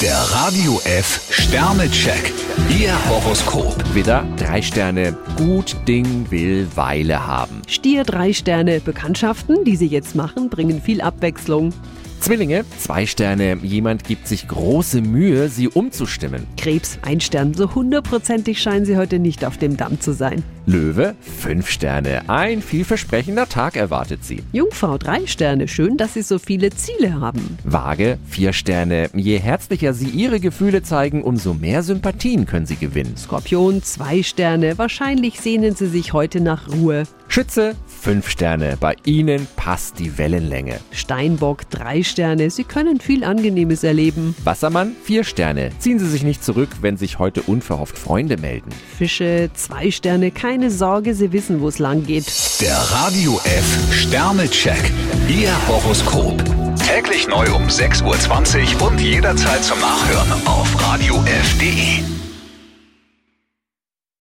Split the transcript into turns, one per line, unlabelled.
Der Radio F Sternecheck. Ihr Horoskop.
Widder, drei Sterne. Gut Ding will Weile haben.
Stier drei Sterne. Bekanntschaften, die Sie jetzt machen, bringen viel Abwechslung.
Zwillinge, zwei Sterne. Jemand gibt sich große Mühe, sie umzustimmen.
Krebs ein Stern. So hundertprozentig scheinen Sie heute nicht auf dem Damm zu sein.
Löwe, fünf Sterne. Ein vielversprechender Tag erwartet sie.
Jungfrau drei Sterne. Schön, dass Sie so viele Ziele haben.
Waage, vier Sterne. Je herzlicher sie ihre Gefühle zeigen, umso mehr Sympathien können sie gewinnen.
Skorpion zwei Sterne. Wahrscheinlich sehnen Sie sich heute nach Ruhe.
Schütze, fünf Sterne. Bei ihnen passt die Wellenlänge.
Steinbock drei Sterne. Sie können viel Angenehmes erleben.
Wassermann, vier Sterne. Ziehen Sie sich nicht zurück, wenn sich heute unverhofft Freunde melden.
Fische zwei Sterne. Keine Sorge, Sie wissen, wo es lang geht.
Der Radio F Sternecheck. Ihr Horoskop. Täglich neu um 6.20 Uhr und jederzeit zum Nachhören auf Radio radiof.de.